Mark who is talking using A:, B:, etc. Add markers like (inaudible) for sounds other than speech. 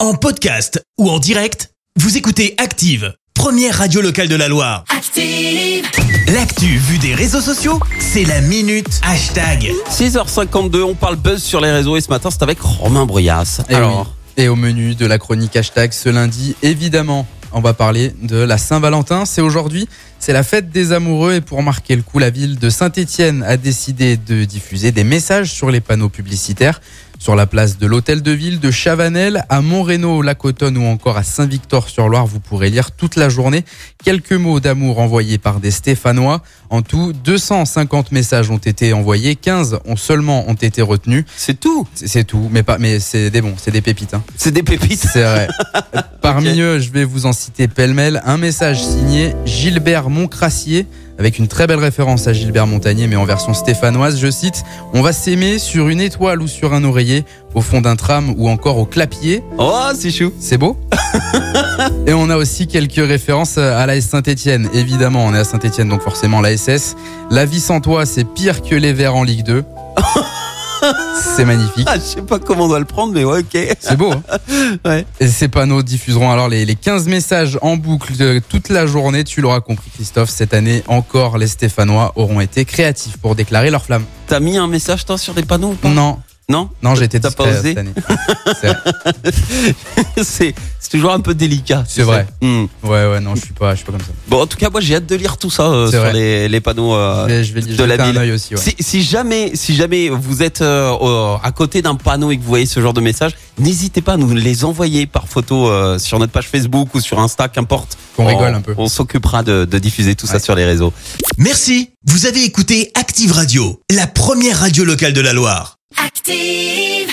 A: En podcast ou en direct, vous écoutez Active, première radio locale de la Loire.
B: Active.
A: L'actu vue des réseaux sociaux, c'est la minute hashtag.
C: 6h52, on parle buzz sur les réseaux et ce matin c'est avec Romain Brias.
D: Et
C: Alors,
D: Eh oui. Et au menu de la chronique hashtag ce lundi, évidemment, on va parler de la Saint-Valentin. C'est aujourd'hui, c'est la fête des amoureux et pour marquer le coup, la ville de Saint-Étienne a décidé de diffuser des messages sur les panneaux publicitaires. Sur la place de l'Hôtel de Ville, de Chavanel à Montrénaud, la Cotonne ou encore à Saint-Victor-sur-Loire, vous pourrez lire toute la journée quelques mots d'amour envoyés par des Stéphanois. En tout, 250 messages ont été envoyés, 15 ont seulement ont été retenus.
C: c'est tout.
D: C'est- C'est tout, mais pas, mais c'est des bons, c'est des pépites. hein.
C: C'est des pépites.
D: C'est vrai. Parmi eux, je vais vous en citer pêle-mêle un message signé Gilbert Moncrassier avec une très belle référence à Gilbert Montagnier, mais en version stéphanoise. Je cite On va s'aimer sur une étoile ou sur un oreiller, au fond d'un tram ou encore au clapier.
C: Oh, c'est chou.
D: C'est beau. Et on a aussi quelques références à l'AS Saint-Etienne. Évidemment, on est à Saint-Etienne, donc forcément l'ASS. La vie sans toi, c'est pire que les Verts en Ligue 2. C'est magnifique.
C: Ah, je sais pas comment on doit le prendre, mais ouais, ok.
D: C'est beau. hein
C: (laughs) Ouais.
D: Et ces panneaux diffuseront alors les, les 15 messages en boucle de toute la journée. Tu l'auras compris, Christophe. Cette année encore, les Stéphanois auront été créatifs pour déclarer leur flamme.
C: T'as mis un message, toi, sur les panneaux ou pas
D: Non,
C: Non (laughs)
D: non, j'étais
C: T'as pas
D: discret
C: osé
D: cette année. C'est vrai.
C: C'est c'est toujours un peu délicat. tu
D: C'est
C: sais.
D: vrai.
C: Hmm.
D: Ouais, ouais, non, je suis pas, je suis pas comme ça.
C: Bon, en tout cas, moi, j'ai hâte de lire tout ça euh,
D: C'est
C: sur
D: vrai.
C: les, les panneaux. euh,
D: Je vais, je vais
C: de
D: jeter
C: la ville.
D: un œil aussi. ouais.
C: Si, si jamais, si jamais vous êtes euh, euh, à côté d'un panneau et que vous voyez ce genre de message, n'hésitez pas à nous les envoyer par photo euh, sur notre page Facebook ou sur Insta, qu'importe.
D: Qu'on rigole un peu.
C: On s'occupera de, de diffuser tout ça
D: Ouais.
C: sur les réseaux.
A: Merci, vous avez écouté Active Radio, la première radio locale de la Loire.
B: Active.